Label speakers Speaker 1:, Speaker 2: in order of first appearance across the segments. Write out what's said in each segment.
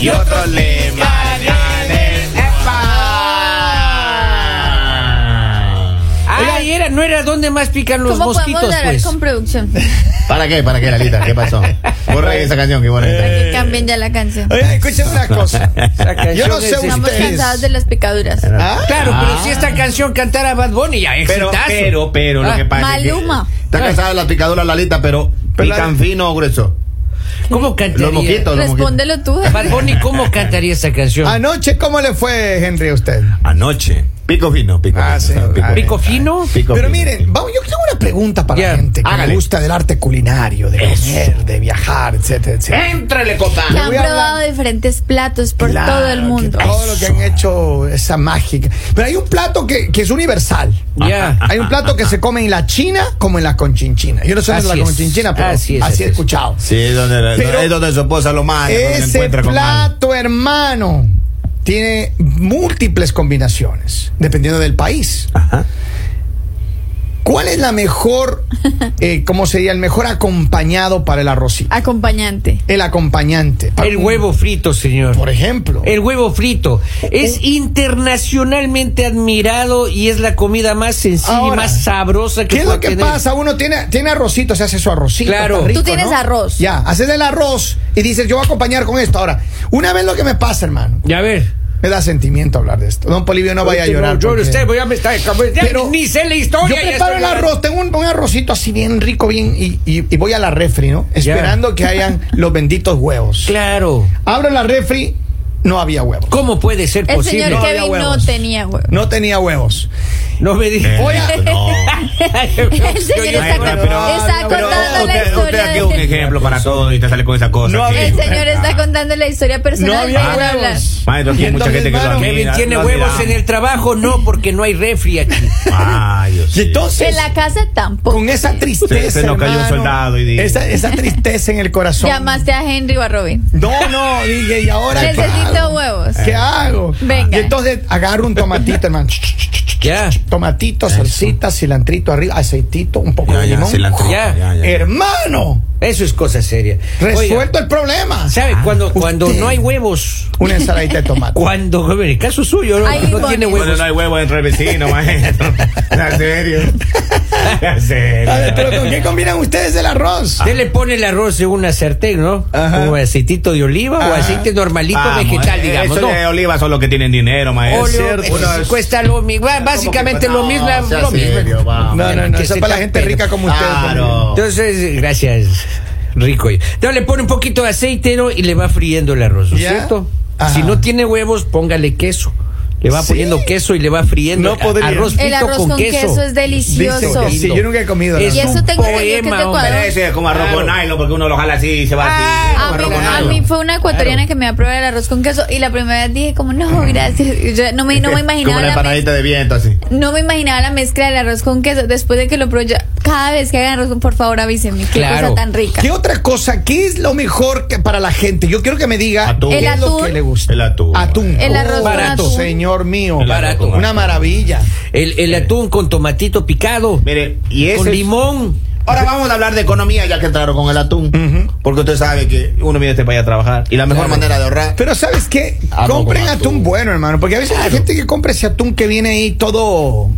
Speaker 1: y otros le mandan el
Speaker 2: Ah, y era, no era donde más pican los
Speaker 3: ¿Cómo
Speaker 2: mosquitos,
Speaker 3: podemos hablar
Speaker 2: pues.
Speaker 3: con producción?
Speaker 1: Eh,
Speaker 4: ¿Para qué? ¿Para qué, Lalita? ¿Qué pasó? Borra esa canción, qué bonita.
Speaker 1: Eh.
Speaker 3: Que cambien ya la canción.
Speaker 1: Oigan, escuchen una cosa.
Speaker 2: Esa canción
Speaker 1: Yo no sé
Speaker 2: es-
Speaker 3: Estamos
Speaker 1: ustedes.
Speaker 3: cansados de las picaduras.
Speaker 1: ¿Ah?
Speaker 2: Claro, pero si esta canción cantara Bad Bunny, ya
Speaker 4: Pero,
Speaker 2: exitazo.
Speaker 4: pero, pero, lo
Speaker 2: Ah,
Speaker 4: que pasa es que
Speaker 3: Maluma.
Speaker 4: Está cansada de las picaduras, Lalita, pero
Speaker 1: Pero-
Speaker 4: pican fino o grueso.
Speaker 2: ¿Cómo cantaría?
Speaker 4: Los moquitos, los moquitos.
Speaker 3: Respóndelo tú.
Speaker 2: Bad Bunny, ¿cómo cantaría esta canción?
Speaker 4: Ah,
Speaker 1: Anoche, ¿cómo le fue, Henry, a usted?
Speaker 4: Anoche. Pico fino, pico
Speaker 1: Ah, sí.
Speaker 4: fino.
Speaker 1: Ah,
Speaker 2: ¿Pico fino?
Speaker 4: pico
Speaker 1: Pero
Speaker 4: fino.
Speaker 1: miren, vamos, yo tengo una pregunta para
Speaker 2: Ya,
Speaker 1: la gente que le
Speaker 4: hágale.
Speaker 1: gusta del arte culinario, de comer, de viajar, etcétera, etcétera.
Speaker 2: ¡Éntrale, copa!
Speaker 3: Que han
Speaker 1: voy a hablar-
Speaker 3: probado diferentes platos por
Speaker 1: Claro,
Speaker 3: Eh, todo el
Speaker 1: que
Speaker 3: mundo.
Speaker 1: Todo lo que han hecho, esa mágica. Pero hay un plato que, que es universal.
Speaker 2: Ya.
Speaker 1: Hay un plato que se come en la China como en la conchinchina. Yo no sé en la
Speaker 2: Así es.
Speaker 1: conchinchina, pero
Speaker 2: Así
Speaker 1: así,
Speaker 2: es, así
Speaker 1: he
Speaker 2: es.
Speaker 1: escuchado.
Speaker 4: Sí, es donde,
Speaker 1: Pero-
Speaker 4: es donde su esposa lo mata.
Speaker 1: Ese plato, hermano, tiene múltiples combinaciones, dependiendo del país.
Speaker 4: Ajá.
Speaker 1: ¿Cuál es la mejor, eh, cómo sería el mejor acompañado para el arrocito?
Speaker 3: Acompañante.
Speaker 1: El acompañante.
Speaker 2: El huevo frito, señor.
Speaker 1: Por ejemplo.
Speaker 2: El huevo frito es internacionalmente admirado y es la comida más sencilla y
Speaker 1: Ahora,
Speaker 2: más sabrosa que
Speaker 1: ¿Qué es
Speaker 2: pueda
Speaker 1: lo que
Speaker 2: tener.
Speaker 1: pasa? Uno tiene, tiene arrocito, se hace su arrocito.
Speaker 2: Claro.
Speaker 1: está
Speaker 3: Tú tienes arroz.
Speaker 1: Ya, haces el arroz y dices, yo voy a acompañar con esto. Ahora, una vez lo que me pasa, hermano,
Speaker 2: Ya ver.
Speaker 1: me da sentimiento hablar de esto. Don Polivio, no vaya a
Speaker 2: Yo
Speaker 1: llorar.
Speaker 2: no, yo
Speaker 1: porque-
Speaker 2: usted, voy a me está- ya
Speaker 1: Pero
Speaker 2: ni sé la historia.
Speaker 1: Yo
Speaker 2: ya
Speaker 1: preparo el
Speaker 2: estoy-
Speaker 1: arroz, tengo un, un arrocito así bien rico, bien, y, y- y voy a la refri, ¿no? Esperando que hayan los benditos huevos.
Speaker 2: Claro.
Speaker 1: Abro la refri, no había huevos.
Speaker 2: ¿Cómo puede ser
Speaker 3: El
Speaker 2: posible?
Speaker 3: señor
Speaker 1: No había
Speaker 3: Kevin no
Speaker 1: huevos.
Speaker 3: tenía huevo.
Speaker 1: No tenía huevos.
Speaker 2: No me digas.
Speaker 1: Voy
Speaker 4: Eh,
Speaker 1: a-
Speaker 3: El señor
Speaker 2: Yo- yo-
Speaker 3: está,
Speaker 1: bueno,
Speaker 3: con-
Speaker 1: pero-
Speaker 3: está
Speaker 1: pero
Speaker 3: contando la
Speaker 4: usted, usted
Speaker 3: historia.
Speaker 4: aquí
Speaker 3: de-
Speaker 4: es un ejemplo para todo y te sale con esa cosa.
Speaker 1: No,
Speaker 4: aquí. Ah,
Speaker 3: El señor está contando la historia personal.
Speaker 1: No había
Speaker 3: para hablar.
Speaker 1: huevos.
Speaker 4: Maestro, aquí hay mucha gente que lo
Speaker 1: Entonces,
Speaker 2: Kevin
Speaker 4: admira.
Speaker 2: tiene
Speaker 4: lo
Speaker 2: huevos
Speaker 4: admiramos.
Speaker 2: en el trabajo, no, porque no hay refri aquí.
Speaker 4: Ay, Dios
Speaker 1: Y
Speaker 4: mío.
Speaker 1: entonces,
Speaker 3: En la casa tampoco.
Speaker 1: con esa tristeza.
Speaker 4: Se- se nos cayó un
Speaker 1: hermano,
Speaker 4: soldado y dijo-
Speaker 1: esa, esa tristeza en el corazón.
Speaker 3: Llamaste a Henry o a Robin.
Speaker 1: No, no, dije, ¿y ahora qué
Speaker 3: Necesito
Speaker 1: hago?
Speaker 3: huevos.
Speaker 1: ¿Qué hago?
Speaker 3: Venga.
Speaker 1: Y entonces agarro un tomatito, hermano.
Speaker 2: Ya.
Speaker 1: Tomatito, salsita, cilantrito arriba, aceitito, un poco
Speaker 4: Ya,
Speaker 1: de
Speaker 4: ya,
Speaker 1: limón.
Speaker 2: Ya.
Speaker 4: cilantro, ya, ya, ya.
Speaker 1: Hermano,
Speaker 2: Eso es cosa seria. Oiga,
Speaker 1: resuelto el problema.
Speaker 2: ¿Sabe? Cuando, cuando
Speaker 1: Usted.
Speaker 2: no hay huevos.
Speaker 1: Una ensaladita de tomate.
Speaker 2: Cuando, en el caso suyo, no,
Speaker 3: Ahí
Speaker 2: no
Speaker 3: voy.
Speaker 2: tiene
Speaker 4: Bueno,
Speaker 2: huevos.
Speaker 4: no hay huevos entre el vecino, maestro. En serio. En serio.
Speaker 1: A ver, pero ¿con qué combinan ustedes el arroz?
Speaker 4: Ah,
Speaker 2: Usted le pone el arroz en una sartén, ¿no?
Speaker 1: Ah. Ajá.
Speaker 2: Como aceitito de oliva o
Speaker 1: Ajá.
Speaker 2: aceite normalito
Speaker 4: Vamos,
Speaker 2: vegetal,
Speaker 4: eh,
Speaker 2: digamos,
Speaker 4: Eso
Speaker 2: ¿no?
Speaker 4: de oliva son los que tienen dinero,
Speaker 2: Óleo,
Speaker 4: maestro.
Speaker 2: eh, cuesta lo mismo, va, básicamente lo mismo,
Speaker 4: sea
Speaker 2: lo mismo.
Speaker 4: serio, vamos.
Speaker 1: No, no, no,
Speaker 2: Que
Speaker 1: eso
Speaker 2: se
Speaker 1: es para la
Speaker 2: tapen.
Speaker 1: gente rica como ustedes.
Speaker 4: Claro.
Speaker 2: Entonces, gracias, rico. Entonces le pone un poquito de aceite ¿no? y le va friendo el arroz, ¿no es
Speaker 1: Ya.
Speaker 2: ¿cierto?
Speaker 1: Ajá.
Speaker 2: Si no tiene huevos, póngale queso. Le va
Speaker 1: Sí.
Speaker 2: poniendo queso y le va friendo
Speaker 1: No
Speaker 2: a-
Speaker 1: podría.
Speaker 2: arroz frito
Speaker 3: El arroz con, queso. es
Speaker 1: Dicen
Speaker 3: delicioso.
Speaker 1: que sí, yo nunca he comido.
Speaker 2: Es
Speaker 1: ¿no?
Speaker 3: Y eso
Speaker 2: un
Speaker 3: tengo entendido que es de
Speaker 2: poema, hombre.
Speaker 3: Ecuador.
Speaker 4: Pero ese es como arroz
Speaker 2: Claro.
Speaker 4: con nylon, porque uno lo jala así y se va así.
Speaker 3: Ah, A
Speaker 4: como arroz
Speaker 3: mí,
Speaker 4: con
Speaker 3: a
Speaker 4: nylon.
Speaker 3: mí fue una ecuatoriana que me va a probar el arroz con queso y la primera vez dije como no, gracias. Y yo no me, no me imaginaba
Speaker 4: Como la
Speaker 3: la mez-
Speaker 4: empanadita de viento, así.
Speaker 3: no me imaginaba la mezcla del arroz con queso. Después de que lo probé, yo, cada vez que hagan arroz con, por favor avísenme, qué
Speaker 2: Claro.
Speaker 3: cosa tan rica.
Speaker 1: ¿Qué otra cosa? ¿Qué es lo mejor que para la gente? Yo quiero que me diga
Speaker 4: Atún.
Speaker 1: qué
Speaker 3: El
Speaker 1: es lo
Speaker 3: atún.
Speaker 1: que le gusta.
Speaker 4: El atún.
Speaker 1: Atún. Oh,
Speaker 3: El arroz con
Speaker 2: Barato.
Speaker 3: atún.
Speaker 1: Señor mío.
Speaker 4: El arroz con
Speaker 1: Una
Speaker 4: atún.
Speaker 1: maravilla.
Speaker 2: El, el atún con tomatito picado,
Speaker 4: Mire, y ese
Speaker 2: con
Speaker 4: es-
Speaker 2: limón.
Speaker 4: Ahora vamos a hablar de economía, ya que entraron con el atún. Porque usted sabe que uno viene a este país a trabajar. Y la mejor manera de ahorrar.
Speaker 1: Pero ¿sabes qué?
Speaker 4: Arroz
Speaker 1: Compren
Speaker 4: con
Speaker 1: atún.
Speaker 4: atún.
Speaker 1: bueno, hermano. Porque a veces la gente que compra ese atún que viene ahí todo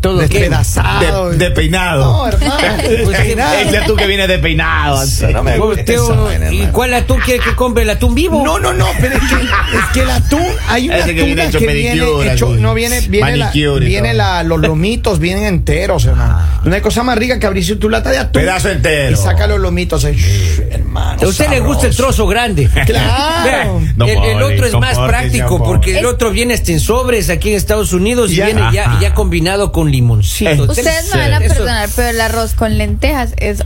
Speaker 2: Todo quema.
Speaker 1: despedazado.
Speaker 4: De, de
Speaker 1: Ah, No,
Speaker 4: peinado.
Speaker 1: hermano.
Speaker 4: Ese
Speaker 1: despedazado.
Speaker 4: atún que viene de peinado. No me
Speaker 2: Como
Speaker 4: gusta
Speaker 2: usted,
Speaker 4: esa
Speaker 2: uno-
Speaker 4: vaina,
Speaker 2: ¿Y
Speaker 4: hermano.
Speaker 2: cuál atún quiere que compre? ¿El atún vivo?
Speaker 1: No, no, no, pero es que, es que el atún, hay una
Speaker 4: Ese que
Speaker 1: atún
Speaker 4: viene hecho
Speaker 1: que viene
Speaker 4: pedicure,
Speaker 1: hecho,
Speaker 4: algún
Speaker 1: no viene, viene, la-
Speaker 4: manicure y
Speaker 1: viene
Speaker 4: todo. Ah.
Speaker 1: la- los lomitos, vienen enteros, hermano. No hay cosa más rica que abrirse tu lata de atún.
Speaker 4: Pedazo entero.
Speaker 1: Y saca los lomitos, ahí, shh, hermano.
Speaker 2: A usted le
Speaker 1: sabroso.
Speaker 2: gusta el trozo grande.
Speaker 1: Claro.
Speaker 2: Vea,
Speaker 4: No,
Speaker 2: el, el
Speaker 4: pobre,
Speaker 2: otro es más
Speaker 4: compórtese,
Speaker 2: práctico
Speaker 4: pobre.
Speaker 2: porque el
Speaker 3: Es-
Speaker 2: otro viene hasta en sobres aquí en Estados Unidos y
Speaker 1: Ya. Eh.
Speaker 2: viene ya,
Speaker 4: Ajá.
Speaker 2: ya combinado con
Speaker 4: Es-
Speaker 2: limoncito.
Speaker 3: Ustedes me van a
Speaker 2: Eso-
Speaker 3: perdonar, pero el arroz con lentejas es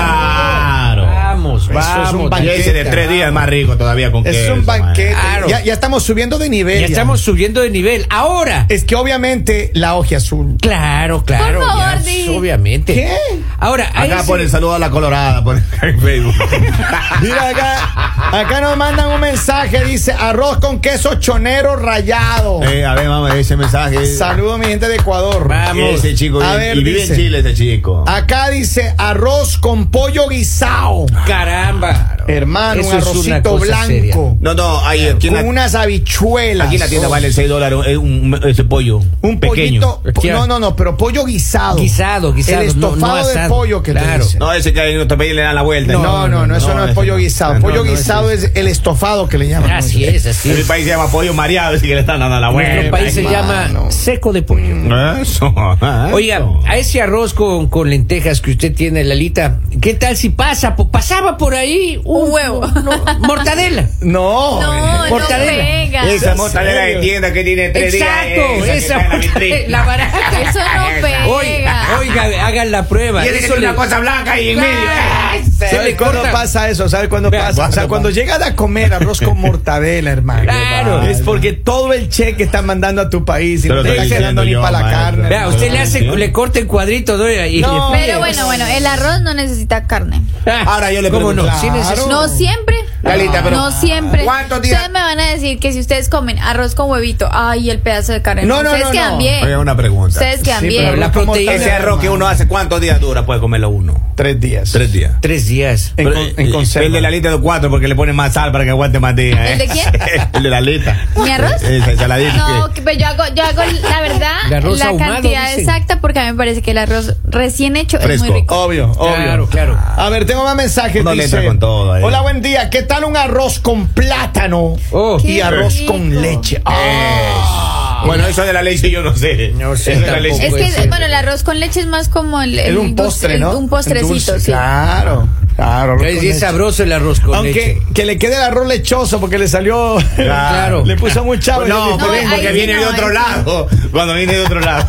Speaker 2: Ah,
Speaker 4: Claro.
Speaker 2: Vamos,
Speaker 1: Eso es un
Speaker 2: vamos.
Speaker 1: banquete.
Speaker 4: Y ese de tres días es más rico todavía con
Speaker 1: Es
Speaker 4: queso,
Speaker 1: un banquete.
Speaker 4: man.
Speaker 2: Claro.
Speaker 1: Ya, ya estamos subiendo de nivel.
Speaker 2: ya estamos subiendo de nivel. Ahora.
Speaker 1: Es que obviamente la hoja azul.
Speaker 2: Claro, claro.
Speaker 3: Por favor,
Speaker 2: ya,
Speaker 3: di.
Speaker 2: obviamente.
Speaker 1: ¿Qué?
Speaker 2: Ahora, a
Speaker 4: Acá
Speaker 2: ese-
Speaker 4: por el saludo a la colorada, por en Facebook.
Speaker 1: Mira acá, acá nos mandan un mensaje, dice arroz con queso chonero rayado.
Speaker 4: Eh, a ver, vamos, ese mensaje.
Speaker 1: Saludo a mi gente de Ecuador.
Speaker 2: Vamos.
Speaker 4: Ese chico.
Speaker 1: A
Speaker 4: vive-
Speaker 1: ver,
Speaker 4: y vive
Speaker 1: dice. Ah.
Speaker 4: en Chile ese chico.
Speaker 1: Acá dice arroz con pollo guisado.
Speaker 2: Caramba.
Speaker 1: Hermano,
Speaker 2: Eso
Speaker 1: un
Speaker 2: es una
Speaker 1: arrocito
Speaker 2: cosa seria.
Speaker 1: blanco.
Speaker 4: No, no, ahí, aquí, en
Speaker 1: Con
Speaker 4: la,
Speaker 1: unas habichuelas.
Speaker 4: aquí en la tienda
Speaker 1: Oh.
Speaker 4: vale 6 dólares eh, un, ese pollo.
Speaker 1: Un
Speaker 4: pequeño.
Speaker 1: pollito. po- No, no, no, pero pollo guisado.
Speaker 2: Guisado, guisado,
Speaker 1: El
Speaker 2: no- no
Speaker 1: estofado de
Speaker 2: asado,
Speaker 1: pollo que te
Speaker 2: claro.
Speaker 1: dicen.
Speaker 4: No, ese que hay en otro país le dan la vuelta.
Speaker 1: No, no, no, eso no, es pollo guisado.
Speaker 4: Ah, no,
Speaker 1: pollo
Speaker 4: no,
Speaker 1: guisado
Speaker 4: ese-
Speaker 1: es el estofado que le llaman.
Speaker 2: Así es, así
Speaker 4: En mi
Speaker 2: es.
Speaker 4: país se llama pollo mareado, así que le están dando la vuelta.
Speaker 2: Nuestro país se llama
Speaker 1: hermano.
Speaker 2: seco de pollo.
Speaker 4: Mm. Eso. ah,
Speaker 2: Oiga,
Speaker 4: eso.
Speaker 2: a ese arroz con, con lentejas que usted tiene, Lalita, ¿qué tal si pasa? po- pasaba por ahí un
Speaker 3: Un huevo.
Speaker 2: no, mortadela.
Speaker 1: No.
Speaker 3: No, no
Speaker 2: Mortadela.
Speaker 3: pega.
Speaker 4: Esa
Speaker 1: ¿En
Speaker 4: mortadela de
Speaker 1: serio?
Speaker 4: tienda que tiene tres
Speaker 2: Exacto,
Speaker 4: días.
Speaker 2: esa
Speaker 4: que está
Speaker 2: mortadela,
Speaker 4: en la vitrina.
Speaker 2: la barata.
Speaker 3: Eso no pega.
Speaker 2: Oiga, oiga, hagan la prueba.
Speaker 4: Y ese que
Speaker 2: Eso
Speaker 4: tiene
Speaker 2: le-
Speaker 4: una cosa blanca ahí en
Speaker 2: Claro.
Speaker 4: medio. Ah,
Speaker 2: Se
Speaker 1: ¿Sabes
Speaker 2: le
Speaker 1: cuándo
Speaker 2: corta.
Speaker 1: pasa eso? ¿Sabes cuándo
Speaker 2: Vea,
Speaker 1: pasa? o sea,
Speaker 2: ¿cuándo
Speaker 1: cuando llegas a comer arroz con mortadela, hermano.
Speaker 2: Claro.
Speaker 1: Es porque todo el cheque está mandando a tu país
Speaker 4: Te
Speaker 1: y
Speaker 4: lo
Speaker 1: no te
Speaker 4: estoy
Speaker 1: está quedando
Speaker 4: diciendo yo,
Speaker 1: ni para la
Speaker 4: maestro.
Speaker 1: carne.
Speaker 2: Vea,
Speaker 1: hermano.
Speaker 2: usted le hace, le corta el cuadrito, ¿no? Y-
Speaker 1: No.
Speaker 3: Pero bueno, bueno, el arroz no necesita carne.
Speaker 4: Ahora yo le
Speaker 2: Ah, ¿Cómo
Speaker 4: pregunto.
Speaker 2: no? Sí
Speaker 1: Claro.
Speaker 2: necesito-
Speaker 3: No siempre.
Speaker 4: Lalita, pero-
Speaker 3: no siempre.
Speaker 4: ¿Cuántos días?
Speaker 3: Ustedes me van a decir que si ustedes comen arroz con huevito, ay, el pedazo de carne.
Speaker 1: No, no,
Speaker 3: Ustedes
Speaker 1: no,
Speaker 3: quedan
Speaker 1: no.
Speaker 3: bien.
Speaker 4: Oiga, una pregunta.
Speaker 3: Ustedes quedan
Speaker 1: Sí, pero
Speaker 3: bien.
Speaker 2: la
Speaker 1: arroz con
Speaker 2: proteína-
Speaker 1: mortadela,
Speaker 4: Ese arroz que
Speaker 1: hermano.
Speaker 4: uno hace, ¿cuántos días dura? Puede comerlo uno.
Speaker 1: Tres días.
Speaker 4: Tres días.
Speaker 2: Tres días.
Speaker 1: En,
Speaker 4: Pero,
Speaker 1: con- en
Speaker 4: eh,
Speaker 1: conserva.
Speaker 4: El de la lista de cuatro porque le ponen más sal para que aguante más días. ¿eh?
Speaker 3: ¿El de quién?
Speaker 4: el de la lista.
Speaker 3: ¿Mi arroz?
Speaker 4: Eh, Esa ensaladita.
Speaker 3: No,
Speaker 4: que-
Speaker 3: que- pero yo hago, yo hago la
Speaker 2: El
Speaker 3: verdad,
Speaker 2: arroz
Speaker 3: la
Speaker 2: ahumado,
Speaker 3: cantidad
Speaker 2: dicen.
Speaker 3: exacta, porque a mí me parece que el arroz recién hecho es
Speaker 4: Fresco. Oh,
Speaker 3: muy rico.
Speaker 1: Obvio, obvio.
Speaker 2: Claro, claro.
Speaker 1: A ver, tengo más mensajes.
Speaker 4: Uno le
Speaker 1: dice,
Speaker 4: entra con todo, eh.
Speaker 1: Hola, buen día. ¿Qué tal un arroz con plátano
Speaker 2: Oh. Eh.
Speaker 1: y
Speaker 3: Qué
Speaker 1: arroz
Speaker 3: rico.
Speaker 1: con leche? Ah.
Speaker 4: Bueno, eso de la leche yo no sé.
Speaker 2: No sé
Speaker 4: Eso de la
Speaker 2: tampoco.
Speaker 4: leche.
Speaker 3: Es
Speaker 2: Puede
Speaker 3: que,
Speaker 2: ser.
Speaker 3: bueno, el arroz con leche es más como el.
Speaker 1: es
Speaker 3: el
Speaker 1: un
Speaker 3: dulce-
Speaker 1: postre,
Speaker 3: el-
Speaker 1: ¿no?
Speaker 3: Un postrecito,
Speaker 1: Dulce,
Speaker 3: sí.
Speaker 1: Claro, claro. arroz
Speaker 2: Es
Speaker 1: con
Speaker 2: bien
Speaker 1: leche.
Speaker 2: sabroso el arroz con
Speaker 1: Aunque
Speaker 2: leche.
Speaker 1: que le quede el arroz lechoso porque le salió.
Speaker 2: Claro.
Speaker 1: le puso muy chavo.
Speaker 4: No,
Speaker 3: No,
Speaker 4: porque,
Speaker 3: ahí
Speaker 4: porque
Speaker 3: sí
Speaker 4: viene
Speaker 3: no,
Speaker 4: de otro
Speaker 3: ahí sí.
Speaker 4: lado. Cuando viene de otro lado.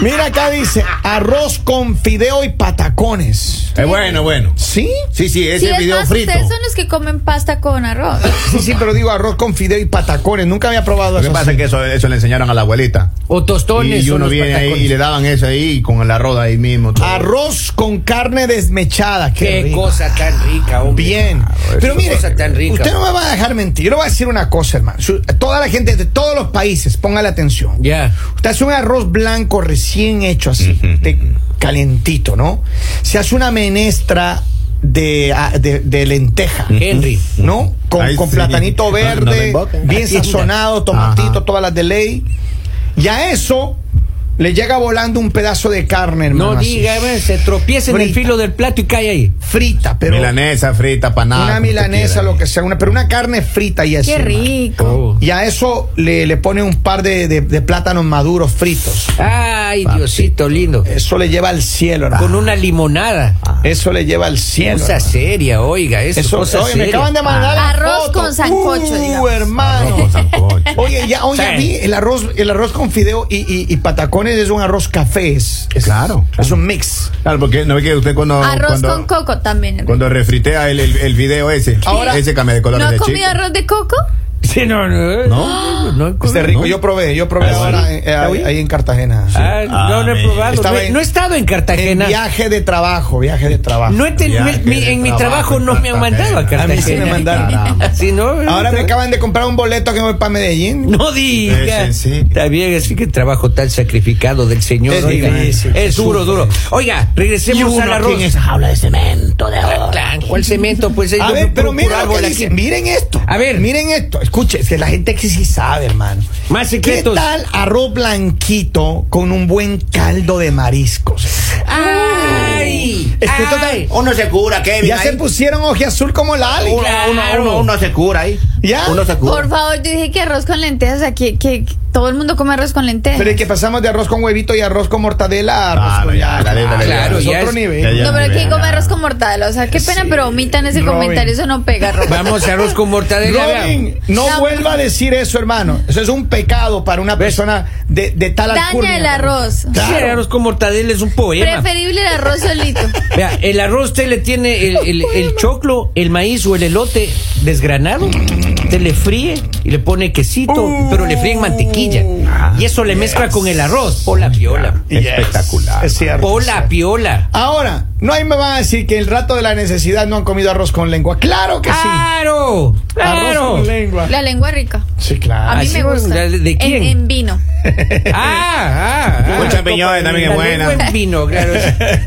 Speaker 1: Mira acá dice arroz con fideo y patacones.
Speaker 4: Es Eh, bueno, bueno.
Speaker 1: ¿Sí?
Speaker 4: Sí, sí,
Speaker 3: Sí,
Speaker 4: ese
Speaker 3: es
Speaker 4: video
Speaker 3: más,
Speaker 4: frito.
Speaker 3: ustedes son los que comen pasta con arroz.
Speaker 1: Sí, sí, pero digo arroz con fideo y patacones. Nunca había probado
Speaker 4: Lo que
Speaker 1: eso.
Speaker 4: pasa
Speaker 1: así.
Speaker 4: es que eso, eso le enseñaron a la abuelita.
Speaker 2: O tostones.
Speaker 4: Y
Speaker 2: o
Speaker 4: uno
Speaker 2: los
Speaker 4: viene ahí
Speaker 2: patacones.
Speaker 4: y le daban eso ahí con la roda ahí mismo. todo.
Speaker 1: Arroz con carne desmechada. Qué,
Speaker 2: Qué
Speaker 1: rico.
Speaker 2: cosa tan rica, hombre. Ah,
Speaker 1: Bien. Pero
Speaker 2: qué
Speaker 1: mire,
Speaker 2: cosa tan rica.
Speaker 1: usted no me va a dejar mentir. Yo le voy a decir una cosa, hermano. Su- Toda la gente de todos los países, póngale atención.
Speaker 2: Ya.
Speaker 1: Usted hace un arroz blanco recién hecho así, de- calientito, ¿no? Se hace una menestra de, a- de- de lenteja.
Speaker 2: Henry.
Speaker 1: ¿No? Con,
Speaker 4: Ay,
Speaker 1: con
Speaker 4: sí.
Speaker 1: platanito
Speaker 4: No,
Speaker 1: verde,
Speaker 4: no me invoquen.
Speaker 1: bien
Speaker 2: Atienda.
Speaker 1: sazonado, tomatito,
Speaker 4: Ajá.
Speaker 1: todas las de ley. Y a eso le llega volando un pedazo de carne, hermano.
Speaker 2: No
Speaker 1: así.
Speaker 2: diga, eh. a ver, se tropieza en el
Speaker 1: Frita.
Speaker 2: filo del plato y cae ahí.
Speaker 1: Frita, pero.
Speaker 4: milanesa, frita, panada.
Speaker 1: una milanesa,
Speaker 4: eh.
Speaker 1: lo que sea, una, pero una carne frita y así.
Speaker 3: Qué
Speaker 1: hermano.
Speaker 3: rico.
Speaker 4: Oh.
Speaker 1: Y a eso le, le pone un par de, de- de plátanos maduros fritos.
Speaker 2: Ay, Diosito lindo.
Speaker 1: Eso le lleva al cielo,
Speaker 2: Con
Speaker 1: hermano.
Speaker 2: una limonada.
Speaker 1: Eso le lleva al cielo.
Speaker 2: Cosa
Speaker 1: hermano.
Speaker 2: seria, oiga, eso,
Speaker 1: Eso,
Speaker 2: cosa
Speaker 1: oye, me
Speaker 2: seria. Ah.
Speaker 1: acaban de mandar la
Speaker 3: Arroz
Speaker 1: foto.
Speaker 3: con sancocho,
Speaker 1: Uh,
Speaker 3: digamos.
Speaker 1: hermano. Oye, ya, oye,
Speaker 2: Sí.
Speaker 1: vi el arroz, el arroz con fideo y, y- y patacones es un arroz café. Es, es-
Speaker 4: Claro.
Speaker 1: Es un mix.
Speaker 4: Claro, porque no ve que usted
Speaker 1: Oh,
Speaker 4: cuando.
Speaker 3: Arroz
Speaker 4: cuando,
Speaker 3: con coco también. hermano.
Speaker 4: Cuando refritea el, el, el video ese.
Speaker 1: Ahora-
Speaker 4: ese cambia de color
Speaker 3: ¿No ha
Speaker 4: de
Speaker 3: comido
Speaker 4: chico.
Speaker 3: arroz de coco?
Speaker 2: Sí, no, no, no,
Speaker 4: No.
Speaker 2: no, no,
Speaker 1: Está Este rico.
Speaker 4: ¿no?
Speaker 1: Yo probé, yo probé
Speaker 4: Ah,
Speaker 1: ahora
Speaker 4: sí.
Speaker 1: eh, eh, ahí, ahí en Cartagena.
Speaker 2: Ah, no, no he
Speaker 4: Ah,
Speaker 2: probado.
Speaker 1: estaba
Speaker 2: No, he-
Speaker 1: en-
Speaker 2: no he estado en
Speaker 1: En
Speaker 2: Cartagena.
Speaker 1: viaje de trabajo, viaje de trabajo.
Speaker 2: No he ten-
Speaker 4: Viaje
Speaker 2: mi- mi-
Speaker 4: de
Speaker 2: en mi
Speaker 4: trabajo
Speaker 2: trabajo
Speaker 4: en
Speaker 2: no me han
Speaker 4: Cartagena.
Speaker 2: mandado a Cartagena.
Speaker 1: A mí sí me mandaron.
Speaker 4: Caramba.
Speaker 2: Sí, no,
Speaker 1: ahora me
Speaker 2: no.
Speaker 1: acaban de comprar un boleto que me voy para Medellín.
Speaker 2: No diga.
Speaker 4: Sí, sí, sí.
Speaker 2: Está bien, así que trabajo tan sacrificado del Señor.
Speaker 1: Es
Speaker 2: oiga.
Speaker 1: difícil,
Speaker 2: es
Speaker 1: se
Speaker 2: duro,
Speaker 1: sufre.
Speaker 2: duro. Oiga, regresemos al arroz.
Speaker 4: habla de cemento de
Speaker 2: Ah, claro, ¿Cuál cemento? Pues
Speaker 1: A
Speaker 2: yo
Speaker 1: ver, pero
Speaker 2: procuro
Speaker 1: mira lo
Speaker 2: árbol
Speaker 1: que
Speaker 2: aquí.
Speaker 1: dicen. Miren esto.
Speaker 2: A ver.
Speaker 1: Miren esto. Escuche, es que la gente que sí sabe, hermano.
Speaker 2: Más
Speaker 1: ¿Qué
Speaker 2: secretos.
Speaker 1: tal arroz blanquito con un buen caldo de mariscos?
Speaker 2: ¡Ay!
Speaker 1: Es que esto
Speaker 2: ay.
Speaker 4: Uno se cura, Kevin.
Speaker 1: Ya
Speaker 4: ahí.
Speaker 1: se pusieron oje azul como Lali.
Speaker 4: Uno, uno, uno, uno se cura ahí.
Speaker 1: Ya.
Speaker 4: Uno se cura.
Speaker 3: Por favor, yo dije que arroz con lentejas aquí, que que todo el mundo come arroz con lentejas.
Speaker 1: Pero es que pasamos de arroz con huevito y arroz con mortadela a arroz
Speaker 4: Claro,
Speaker 1: con-
Speaker 4: Ah, ya, la ley, la ley,
Speaker 2: Claro,
Speaker 1: es
Speaker 2: ya
Speaker 1: otro
Speaker 2: es-
Speaker 1: nivel.
Speaker 4: ya, ya.
Speaker 3: no, pero que
Speaker 4: Mira.
Speaker 3: come arroz con mortadela. O sea, qué pena, pero omitan ese
Speaker 1: Robin.
Speaker 3: comentario. Eso no pega, Robin.
Speaker 2: Vamos a arroz con mortadela. veamos.
Speaker 1: Robin, no
Speaker 3: La-
Speaker 1: vuelva a decir eso, hermano. Eso es un pecado para una persona de, de tal
Speaker 3: Daña
Speaker 1: alcurnia.
Speaker 3: el arroz.
Speaker 1: Claro.
Speaker 2: Sí, arroz con mortadela es un poema.
Speaker 3: Preferible el arroz solito.
Speaker 2: Vea, el arroz usted le tiene el, el- el choclo, el maíz o el elote desgranado, usted le fríe y le pone quesito, pero le fríe en mantequilla. y eso le mezcla con el arroz. Pola piola.
Speaker 1: Yes.
Speaker 4: Espectacular.
Speaker 1: Es cierto. Ah.
Speaker 2: Pola piola.
Speaker 1: Ahora, No ahí me van a decir que el rato de la necesidad no han comido arroz con lengua. ¡Claro que sí!
Speaker 2: ¡Claro!
Speaker 1: Arroz
Speaker 2: ¡Claro!
Speaker 1: con lengua.
Speaker 3: Ah, La lengua rica.
Speaker 1: Sí,
Speaker 3: A
Speaker 1: claro.
Speaker 3: mí
Speaker 2: Ah, sí,
Speaker 3: me gusta.
Speaker 2: ¿de- de
Speaker 3: En-
Speaker 2: quién?
Speaker 3: En, vino.
Speaker 2: Ah, ah, ah.
Speaker 4: Con champiñones también es
Speaker 2: La lengua
Speaker 4: buena.
Speaker 2: en vino, claro.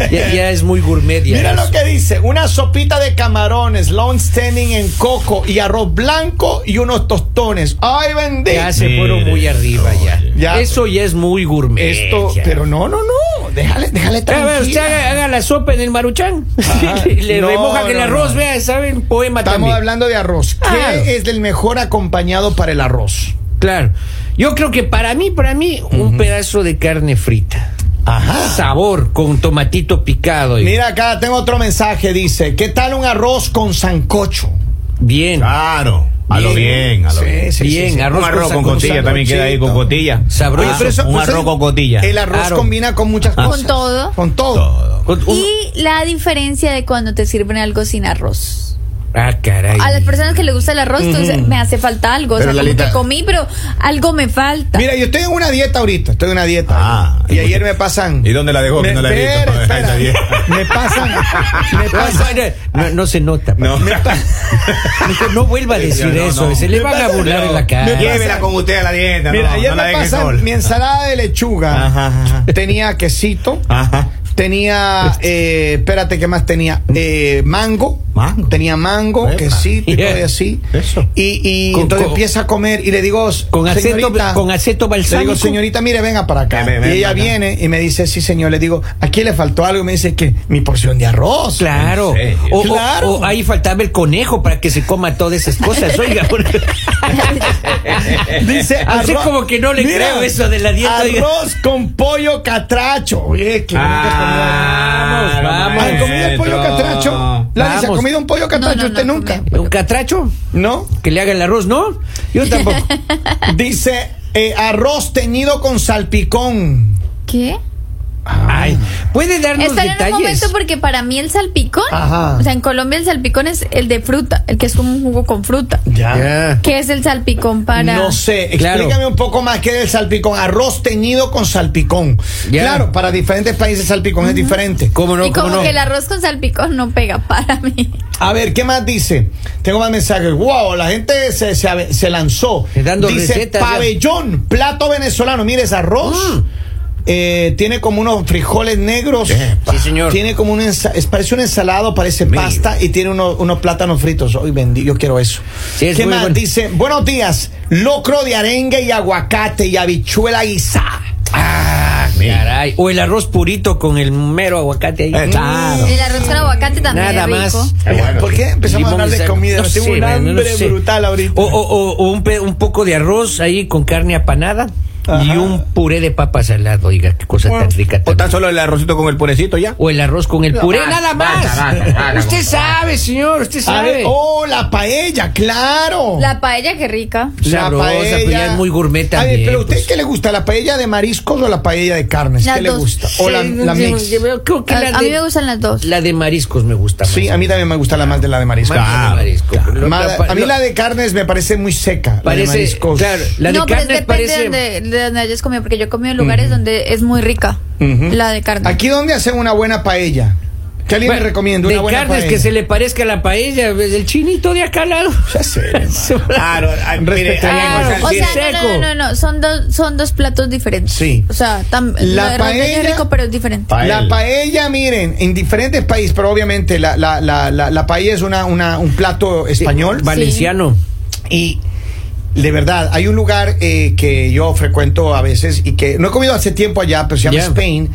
Speaker 2: Ya, ya es muy gourmet. ya
Speaker 1: Mira
Speaker 2: eso.
Speaker 1: lo que dice, una sopita de camarones, long standing en coco y arroz blanco y unos tostones. ¡Ay, bendito!
Speaker 2: Ya se fueron muy arriba ya.
Speaker 1: Ya.
Speaker 2: Eso ya es muy gourmet.
Speaker 1: Esto,
Speaker 2: ya.
Speaker 1: pero no, no, no, déjale, déjale
Speaker 2: A ver, usted
Speaker 1: tranquila.
Speaker 2: haga, haga la sopa en el maruchán.
Speaker 1: Ajá.
Speaker 2: Le
Speaker 1: No,
Speaker 2: remoja que el
Speaker 1: no,
Speaker 2: arroz,
Speaker 1: no.
Speaker 2: vea, ¿saben? Poema
Speaker 1: Estamos
Speaker 2: también.
Speaker 1: hablando de arroz. ¿Qué
Speaker 2: Claro.
Speaker 1: es el mejor acompañado para el arroz?
Speaker 2: Claro. Yo creo que para mí, para mí, un pedazo de carne frita.
Speaker 1: Ajá.
Speaker 2: Sabor con tomatito picado. y-
Speaker 1: Mira acá, tengo otro mensaje, dice, ¿qué tal un arroz con sancocho?
Speaker 2: Bien.
Speaker 4: Ah, Claro. A lo bien, a lo
Speaker 1: Sí,
Speaker 4: bien.
Speaker 1: sí,
Speaker 2: bien,
Speaker 1: sí, sí.
Speaker 2: arroz
Speaker 4: Un arroz
Speaker 2: con
Speaker 4: con cotilla también queda ahí con cotilla.
Speaker 2: Sabroso.
Speaker 4: Oye, pero eso- un
Speaker 1: pues
Speaker 4: arroz
Speaker 1: el-
Speaker 4: con cotilla.
Speaker 1: El arroz
Speaker 2: Claro.
Speaker 1: combina con muchas
Speaker 4: Con
Speaker 1: cosas.
Speaker 3: todo.
Speaker 1: Con todo.
Speaker 4: Todo.
Speaker 2: Con un-
Speaker 3: Y la diferencia de cuando te sirven algo sin arroz.
Speaker 2: Ah, caray.
Speaker 3: A las personas que les gusta el arroz, tú dices, me hace falta algo. O sea,
Speaker 4: Pero,
Speaker 3: como
Speaker 4: Lalita-
Speaker 3: que comí, pero algo me falta.
Speaker 1: Mira, yo estoy en una dieta ahorita, estoy en una dieta.
Speaker 4: Ah,
Speaker 1: y ayer me pasan.
Speaker 4: ¿Y dónde la dejó? Que
Speaker 1: Me-
Speaker 4: no la he visto,
Speaker 1: espera,
Speaker 4: para dejar
Speaker 1: espera.
Speaker 4: esa dieta.
Speaker 1: Me pasan, me
Speaker 2: Ah,
Speaker 1: pasan,
Speaker 2: no, no se nota.
Speaker 4: No.
Speaker 2: papá. Mejor no vuelva a decir
Speaker 4: No, no,
Speaker 2: eso.
Speaker 4: no.
Speaker 2: Se le van a burlar en la cara.
Speaker 4: Llévela con usted a la dieta.
Speaker 1: Mira,
Speaker 4: no,
Speaker 1: ayer
Speaker 4: no la
Speaker 1: me
Speaker 4: deje
Speaker 1: pasan
Speaker 4: sola.
Speaker 1: mi ensalada de lechuga.
Speaker 4: Ajá, ajá.
Speaker 1: Tenía quesito.
Speaker 4: Ajá.
Speaker 1: Tenía, eh, espérate, ¿qué más tenía? Eh, mango.
Speaker 4: Mango.
Speaker 1: Tenía mango,
Speaker 4: Epa.
Speaker 1: quesito y
Speaker 2: Yeah.
Speaker 1: todo y así.
Speaker 4: Eso.
Speaker 1: Y, y
Speaker 2: Con-
Speaker 1: entonces
Speaker 2: con-
Speaker 1: empieza a comer y le digo,
Speaker 2: Con aceto,
Speaker 1: señorita,
Speaker 2: con aceto
Speaker 1: le
Speaker 2: balsámico.
Speaker 1: digo, señorita, mire, venga para acá.
Speaker 4: Ven, ven, ven
Speaker 1: y ella
Speaker 4: para acá.
Speaker 1: viene y me dice, sí, señor. Le digo, aquí le faltó algo. Y me dice que mi porción de arroz.
Speaker 2: Claro.
Speaker 4: ¿En serio?
Speaker 2: O, o-
Speaker 1: Claro.
Speaker 2: o ahí faltaba el conejo para que se coma todas esas cosas. Oiga, porque-
Speaker 1: Dice,
Speaker 2: Así
Speaker 1: arroz-
Speaker 2: como que no le
Speaker 1: Mira,
Speaker 2: creo eso de la dieta. oiga.
Speaker 1: Arroz con pollo catracho. Oye, qué
Speaker 4: Ah,
Speaker 1: bonita comida.
Speaker 2: vamos,
Speaker 1: ¿Han comido el pollo
Speaker 4: maestro.
Speaker 1: catracho? Lali, ¿se ha
Speaker 2: Vamos.
Speaker 1: comido un pollo catracho
Speaker 3: No, no,
Speaker 1: usted
Speaker 3: no,
Speaker 1: nunca?
Speaker 3: comí.
Speaker 2: ¿Un catracho?
Speaker 1: ¿No?
Speaker 2: Que le haga el arroz, ¿no?
Speaker 1: Yo tampoco. Dice, eh, arroz teñido con salpicón.
Speaker 3: ¿Qué?
Speaker 2: Ay, puede darnos
Speaker 3: Estar en un
Speaker 2: detalles.
Speaker 3: momento porque para mí el salpicón,
Speaker 1: Ajá.
Speaker 3: o sea, en Colombia el salpicón es el de fruta, el que es como un jugo con fruta.
Speaker 2: Ya.
Speaker 3: ¿Qué es el salpicón para?
Speaker 1: No sé,
Speaker 2: Claro.
Speaker 1: explícame un poco más qué es el salpicón. Arroz teñido con salpicón.
Speaker 2: Ya.
Speaker 1: Claro, para diferentes países salpicón es diferente.
Speaker 2: ¿Cómo no?
Speaker 3: y
Speaker 2: ¿Cómo
Speaker 3: como
Speaker 2: no?
Speaker 3: que el arroz con salpicón no pega para mí.
Speaker 1: A ver, ¿qué más dice? Tengo más mensajes. Wow, la gente se, se ave- se lanzó.
Speaker 2: Dando
Speaker 1: dice
Speaker 2: recetas, ya.
Speaker 1: pabellón, plato venezolano. Mire, es arroz.
Speaker 2: Mm.
Speaker 1: eh, tiene como unos frijoles negros.
Speaker 2: Sí, señor.
Speaker 1: Tiene como un ensa- es- parece un ensalado, parece
Speaker 4: Mira.
Speaker 1: pasta y tiene uno- unos plátanos fritos. Hoy vendí, yo quiero eso.
Speaker 2: Sí, es
Speaker 1: ¿Qué
Speaker 2: muy
Speaker 1: más
Speaker 2: bueno.
Speaker 1: dice? Buenos días. Locro de arengue y aguacate y habichuela guisada.
Speaker 2: Ah, caray. O el arroz purito con el mero aguacate ahí.
Speaker 4: Eh, claro.
Speaker 3: El arroz con aguacate también
Speaker 2: Nada
Speaker 3: es rico.
Speaker 2: más.
Speaker 4: Qué bueno.
Speaker 1: ¿Por qué empezamos
Speaker 2: Limón y
Speaker 1: a hablar de
Speaker 2: sal.
Speaker 1: comida?
Speaker 2: No
Speaker 1: Tengo
Speaker 2: sé,
Speaker 1: un
Speaker 2: man,
Speaker 1: hambre
Speaker 2: no sé.
Speaker 1: brutal ahorita.
Speaker 2: O, o- o- o un, pe- un poco de arroz ahí con carne apanada y
Speaker 1: Ajá.
Speaker 2: un puré de papas al lado. Oiga, qué cosa tan rica.
Speaker 4: O tan
Speaker 2: también.
Speaker 4: solo el arrocito con el purecito ya.
Speaker 2: O el arroz con el puré,
Speaker 4: basta,
Speaker 2: nada más.
Speaker 4: basta, basta, basta,
Speaker 2: usted
Speaker 4: compadre.
Speaker 2: sabe, señor, usted
Speaker 1: A
Speaker 2: sabe.
Speaker 1: ver, oh, la paella, claro.
Speaker 3: La paella qué rica.
Speaker 2: Sabrosa, pero ya es muy gourmet
Speaker 1: A
Speaker 2: también,
Speaker 1: ver, pero ¿usted
Speaker 2: pues.
Speaker 1: qué le gusta? ¿La paella de mariscos o la paella de carnes?
Speaker 3: Las
Speaker 1: ¿Qué le
Speaker 3: dos.
Speaker 1: gusta? O la, la
Speaker 2: Sí,
Speaker 1: mix.
Speaker 2: yo veo- creo que la
Speaker 3: A, a
Speaker 2: de-
Speaker 3: mí me gustan las dos.
Speaker 2: La de mariscos me gusta más.
Speaker 1: Sí, a mí también me gusta la más de la de mariscos.
Speaker 2: Más la de marisco. pues, Lo-
Speaker 1: Ma-
Speaker 2: la pa-
Speaker 1: a mí
Speaker 2: lo-
Speaker 1: la de carnes me parece muy seca. la de
Speaker 2: parece,
Speaker 1: mariscos.
Speaker 2: claro, la de
Speaker 3: no, pero
Speaker 2: carne
Speaker 3: es depende
Speaker 2: parece
Speaker 3: de, donde, de donde hayas comido, porque yo he comido en lugares donde es muy rica
Speaker 1: Ujú.
Speaker 3: la de carne.
Speaker 1: Aquí donde hacen una buena paella. ¿Qué alguien
Speaker 2: Bueno,
Speaker 1: me recomienda?
Speaker 2: de
Speaker 1: Una buena
Speaker 2: carnes
Speaker 1: paella.
Speaker 2: que se le parezca a la paella, pues, el chinito de acá al lado.
Speaker 1: Ya sé,
Speaker 4: Claro, ah, mire,
Speaker 1: Respetaría
Speaker 4: ahí
Speaker 2: Claro,
Speaker 4: en
Speaker 3: Claro,
Speaker 4: Gonzalo
Speaker 3: o
Speaker 2: sí,
Speaker 4: Cid-
Speaker 3: sea,
Speaker 2: es
Speaker 3: no,
Speaker 2: seco.
Speaker 3: no, no, no, no, son dos, son dos platos diferentes.
Speaker 1: Sí.
Speaker 3: O sea, tam-
Speaker 1: La
Speaker 3: lo de Rodeña
Speaker 1: paella-
Speaker 3: es rico, pero es diferente.
Speaker 4: Pa-
Speaker 1: La
Speaker 4: Paella.
Speaker 1: paella, miren, en diferentes países, pero obviamente la, la, la, la, la paella es una, una, un plato español.
Speaker 2: Valenciano.
Speaker 1: Y de verdad, hay un lugar eh, que yo frecuento a veces y que no he comido hace tiempo allá, pero se llama
Speaker 2: Ya.
Speaker 1: Spain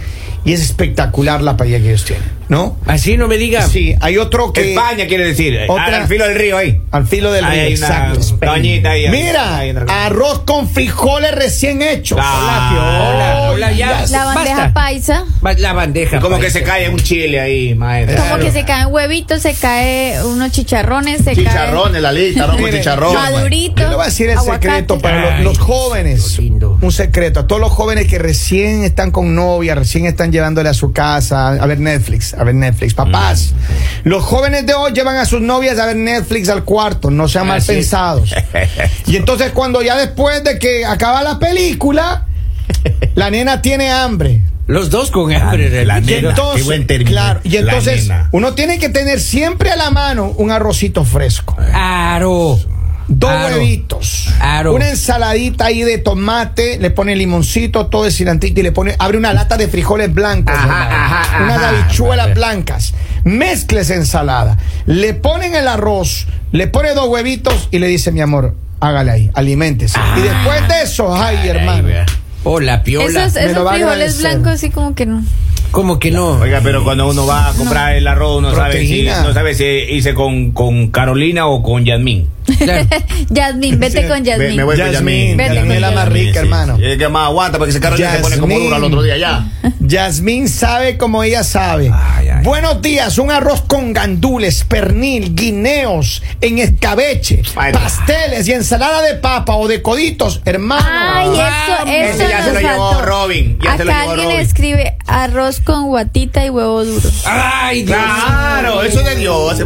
Speaker 1: y es espectacular la paella que ellos tienen, ¿no?
Speaker 2: Así no me diga.
Speaker 1: Sí, hay otro que.
Speaker 4: España quiere decir. eh,
Speaker 1: Otra- Ah,
Speaker 4: Al filo del río ahí.
Speaker 1: Al filo del
Speaker 4: Ahí
Speaker 1: río,
Speaker 4: hay una
Speaker 1: exacto. Spain.
Speaker 4: doñita ahí, ahí.
Speaker 1: Mira,
Speaker 4: Ahí entra-
Speaker 1: arroz con frijoles recién hechos.
Speaker 4: Ah,
Speaker 1: Hola,
Speaker 2: hola, hola,
Speaker 1: Ay,
Speaker 2: ya.
Speaker 3: La bandeja
Speaker 2: Basta.
Speaker 3: paisa,
Speaker 2: Va- La bandeja.
Speaker 4: Como que
Speaker 2: paisa.
Speaker 4: se cae un chile ahí, maestro.
Speaker 3: como que se caen huevitos, se cae unos chicharrones, se
Speaker 4: Chicharrones, la lista, arroz con
Speaker 1: Mire,
Speaker 4: chicharrón.
Speaker 3: Madurito.
Speaker 1: Yo le voy a decir el
Speaker 3: aguacate.
Speaker 1: secreto para
Speaker 2: Ay,
Speaker 1: los, los jóvenes.
Speaker 2: qué lindo.
Speaker 1: Un secreto. A todos los jóvenes que recién están con novia, recién están llevándole a su casa a ver Netflix, a ver Netflix.
Speaker 4: Mm.
Speaker 1: Papás, los jóvenes de hoy llevan a sus novias a ver Netflix al cuarto. No
Speaker 4: Ah,
Speaker 1: sean mal
Speaker 2: Así es.
Speaker 1: pensados. y entonces, cuando ya después de que acaba la película, la nena tiene hambre.
Speaker 2: Los dos con
Speaker 1: Ah,
Speaker 2: hambre,
Speaker 4: La- la
Speaker 2: realmente.
Speaker 1: Y
Speaker 4: nena,
Speaker 1: entonces,
Speaker 4: qué buen término.
Speaker 1: claro, y
Speaker 4: La
Speaker 1: entonces
Speaker 4: nena.
Speaker 1: uno tiene que tener siempre a la mano un arrocito fresco,
Speaker 2: Aro.
Speaker 1: dos
Speaker 2: Aro.
Speaker 1: huevitos,
Speaker 2: Claro.
Speaker 1: una ensaladita ahí de tomate, le pone limoncito, todo de cilantito y le pone, abre una lata de frijoles blancos,
Speaker 2: Ajá,
Speaker 1: hermano,
Speaker 2: ajá,
Speaker 1: unas
Speaker 2: ajá.
Speaker 1: habichuelas
Speaker 2: Vale.
Speaker 1: blancas, mezcle esa ensalada, le ponen el arroz, le pone dos huevitos y le dice mi amor, hágale ahí, aliméntese.
Speaker 2: Ah.
Speaker 1: y después de eso, ay, hermano,
Speaker 2: Hola, piola.
Speaker 3: Esos,
Speaker 1: Me lo va
Speaker 3: esos
Speaker 1: a
Speaker 3: frijoles
Speaker 1: agradecer.
Speaker 3: blancos así como que no.
Speaker 2: Como que no.
Speaker 4: Oiga, pero cuando uno va a comprar el arroz, no sabe, si,
Speaker 1: Proteína.
Speaker 4: no sabe si hice con, con Carolina o con Yasmín.
Speaker 2: Claro.
Speaker 3: Yasmín, vete con Yasmín.
Speaker 4: Me, me voy con
Speaker 1: Yasmín,
Speaker 4: Yasmín.
Speaker 3: Vete
Speaker 1: Yasmín es la más rica, hermano.
Speaker 4: Es que más aguanta porque ese Carolina se pone como
Speaker 1: Yasmín.
Speaker 4: dura al otro día ya.
Speaker 1: Yasmín sabe como ella sabe.
Speaker 2: Ay, ay.
Speaker 1: Buenos días, un arroz con gandules, pernil, guineos, en escabeche,
Speaker 4: Ay, no.
Speaker 1: pasteles y ensalada de papa o de coditos, hermano.
Speaker 3: Ay, eh, eso,
Speaker 2: Vamos.
Speaker 3: eso
Speaker 4: Ese ya se
Speaker 3: nos
Speaker 4: lo llevó
Speaker 3: faltó.
Speaker 4: Robin, ya
Speaker 3: Acá
Speaker 4: se lo llevó
Speaker 3: alguien
Speaker 4: Robin.
Speaker 3: escribe arroz con guatita y huevo duro.
Speaker 2: Ay, Dios.
Speaker 4: Claro, eso es de Dios.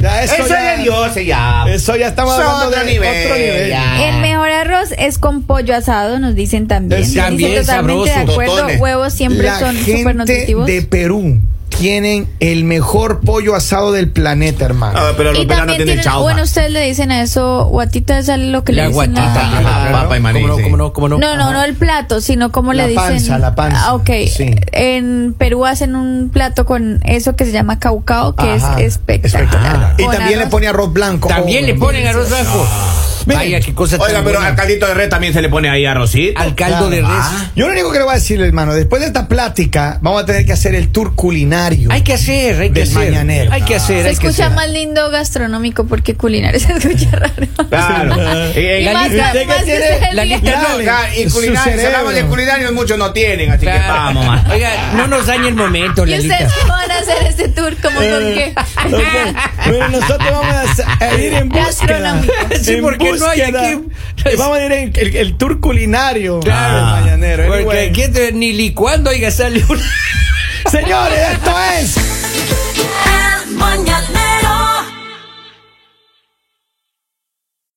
Speaker 1: Ya, eso
Speaker 4: eso
Speaker 1: ya-
Speaker 4: es de Dios ya.
Speaker 1: Eso ya estamos
Speaker 4: Son
Speaker 1: hablando de
Speaker 4: otro nivel,
Speaker 1: otro nivel.
Speaker 4: ya.
Speaker 3: El mejor arroz es con pollo asado, nos dicen también.
Speaker 1: Es-
Speaker 3: Dicen
Speaker 2: también
Speaker 3: totalmente
Speaker 2: sabroso.
Speaker 3: de acuerdo,
Speaker 4: Totones.
Speaker 3: huevos siempre
Speaker 1: La
Speaker 3: son súper
Speaker 1: gente
Speaker 3: nutritivos.
Speaker 1: de Perú tienen el mejor pollo asado del planeta, hermano.
Speaker 4: Ah, pero los
Speaker 3: Y
Speaker 4: peruanos
Speaker 3: también
Speaker 4: tienen
Speaker 3: tienen,
Speaker 4: chaufa.
Speaker 3: bueno, ustedes le dicen a eso guatita, es lo que
Speaker 2: La
Speaker 3: le dicen.
Speaker 2: guatita.
Speaker 3: a-
Speaker 4: Ajá, papa y maní,
Speaker 2: ¿Cómo no,
Speaker 4: sí.
Speaker 2: cómo no, cómo no?
Speaker 3: No, no, no el plato, sino como
Speaker 1: La
Speaker 3: le dicen.
Speaker 1: panza, la panza,
Speaker 3: Ah, ok.
Speaker 1: sí.
Speaker 3: En Perú hacen un plato con eso que se llama caucao, que
Speaker 1: Ajá,
Speaker 3: es espectacular.
Speaker 1: Y
Speaker 3: Con
Speaker 1: también le
Speaker 3: arroz.
Speaker 1: pone arroz blanco.
Speaker 2: También
Speaker 1: Oh,
Speaker 2: le ponen arroz blanco.
Speaker 1: Miren.
Speaker 2: Ah. Vaya, qué cosa tan
Speaker 4: Oiga, pero
Speaker 2: buena.
Speaker 4: al caldito de res también se le pone ahí arrocito.
Speaker 2: Al caldo de res.
Speaker 4: Ah.
Speaker 1: Yo lo único que le voy a decir, hermano, después de esta plática, vamos a tener que hacer el tour culinario.
Speaker 2: Hay que hacer, hay que
Speaker 1: Del
Speaker 2: hacer.
Speaker 1: mañanero.
Speaker 2: Hay que hacer,
Speaker 3: Se
Speaker 2: hay que
Speaker 3: escucha
Speaker 2: hacer.
Speaker 3: más lindo gastronómico porque culinario se escucha raro.
Speaker 4: Claro. Y-
Speaker 3: Y
Speaker 4: Ah, y-
Speaker 3: más-
Speaker 2: lista-
Speaker 3: más
Speaker 2: usted que
Speaker 3: que
Speaker 2: tiene
Speaker 3: sea el
Speaker 2: la
Speaker 3: día.
Speaker 2: lista-
Speaker 4: No,
Speaker 1: Dale,
Speaker 4: ca- y
Speaker 1: su
Speaker 4: culinario, si
Speaker 1: cerebro.
Speaker 4: hablamos de culinarios, muchos no tienen, así que
Speaker 2: Claro.
Speaker 4: vamos, man.
Speaker 2: Oiga, no nos dañe el momento,
Speaker 3: ¿Y
Speaker 2: Lalita.
Speaker 3: ustedes qué van a hacer este tour? ¿Cómo con
Speaker 1: Eh,
Speaker 3: qué?
Speaker 1: Bueno, nosotros vamos a sa- a ir en búsqueda.
Speaker 3: Gastronómico.
Speaker 2: Sí,
Speaker 1: en
Speaker 2: porque no hay
Speaker 1: búsqueda.
Speaker 2: aquí-
Speaker 1: Vamos a ir en el, el tour culinario. Ah.
Speaker 2: Claro.
Speaker 1: del mañanero.
Speaker 2: Porque
Speaker 1: Anyway.
Speaker 2: aquí te- ni licuando, oiga, sale una.
Speaker 1: Señores, esto es.
Speaker 5: El mañanero.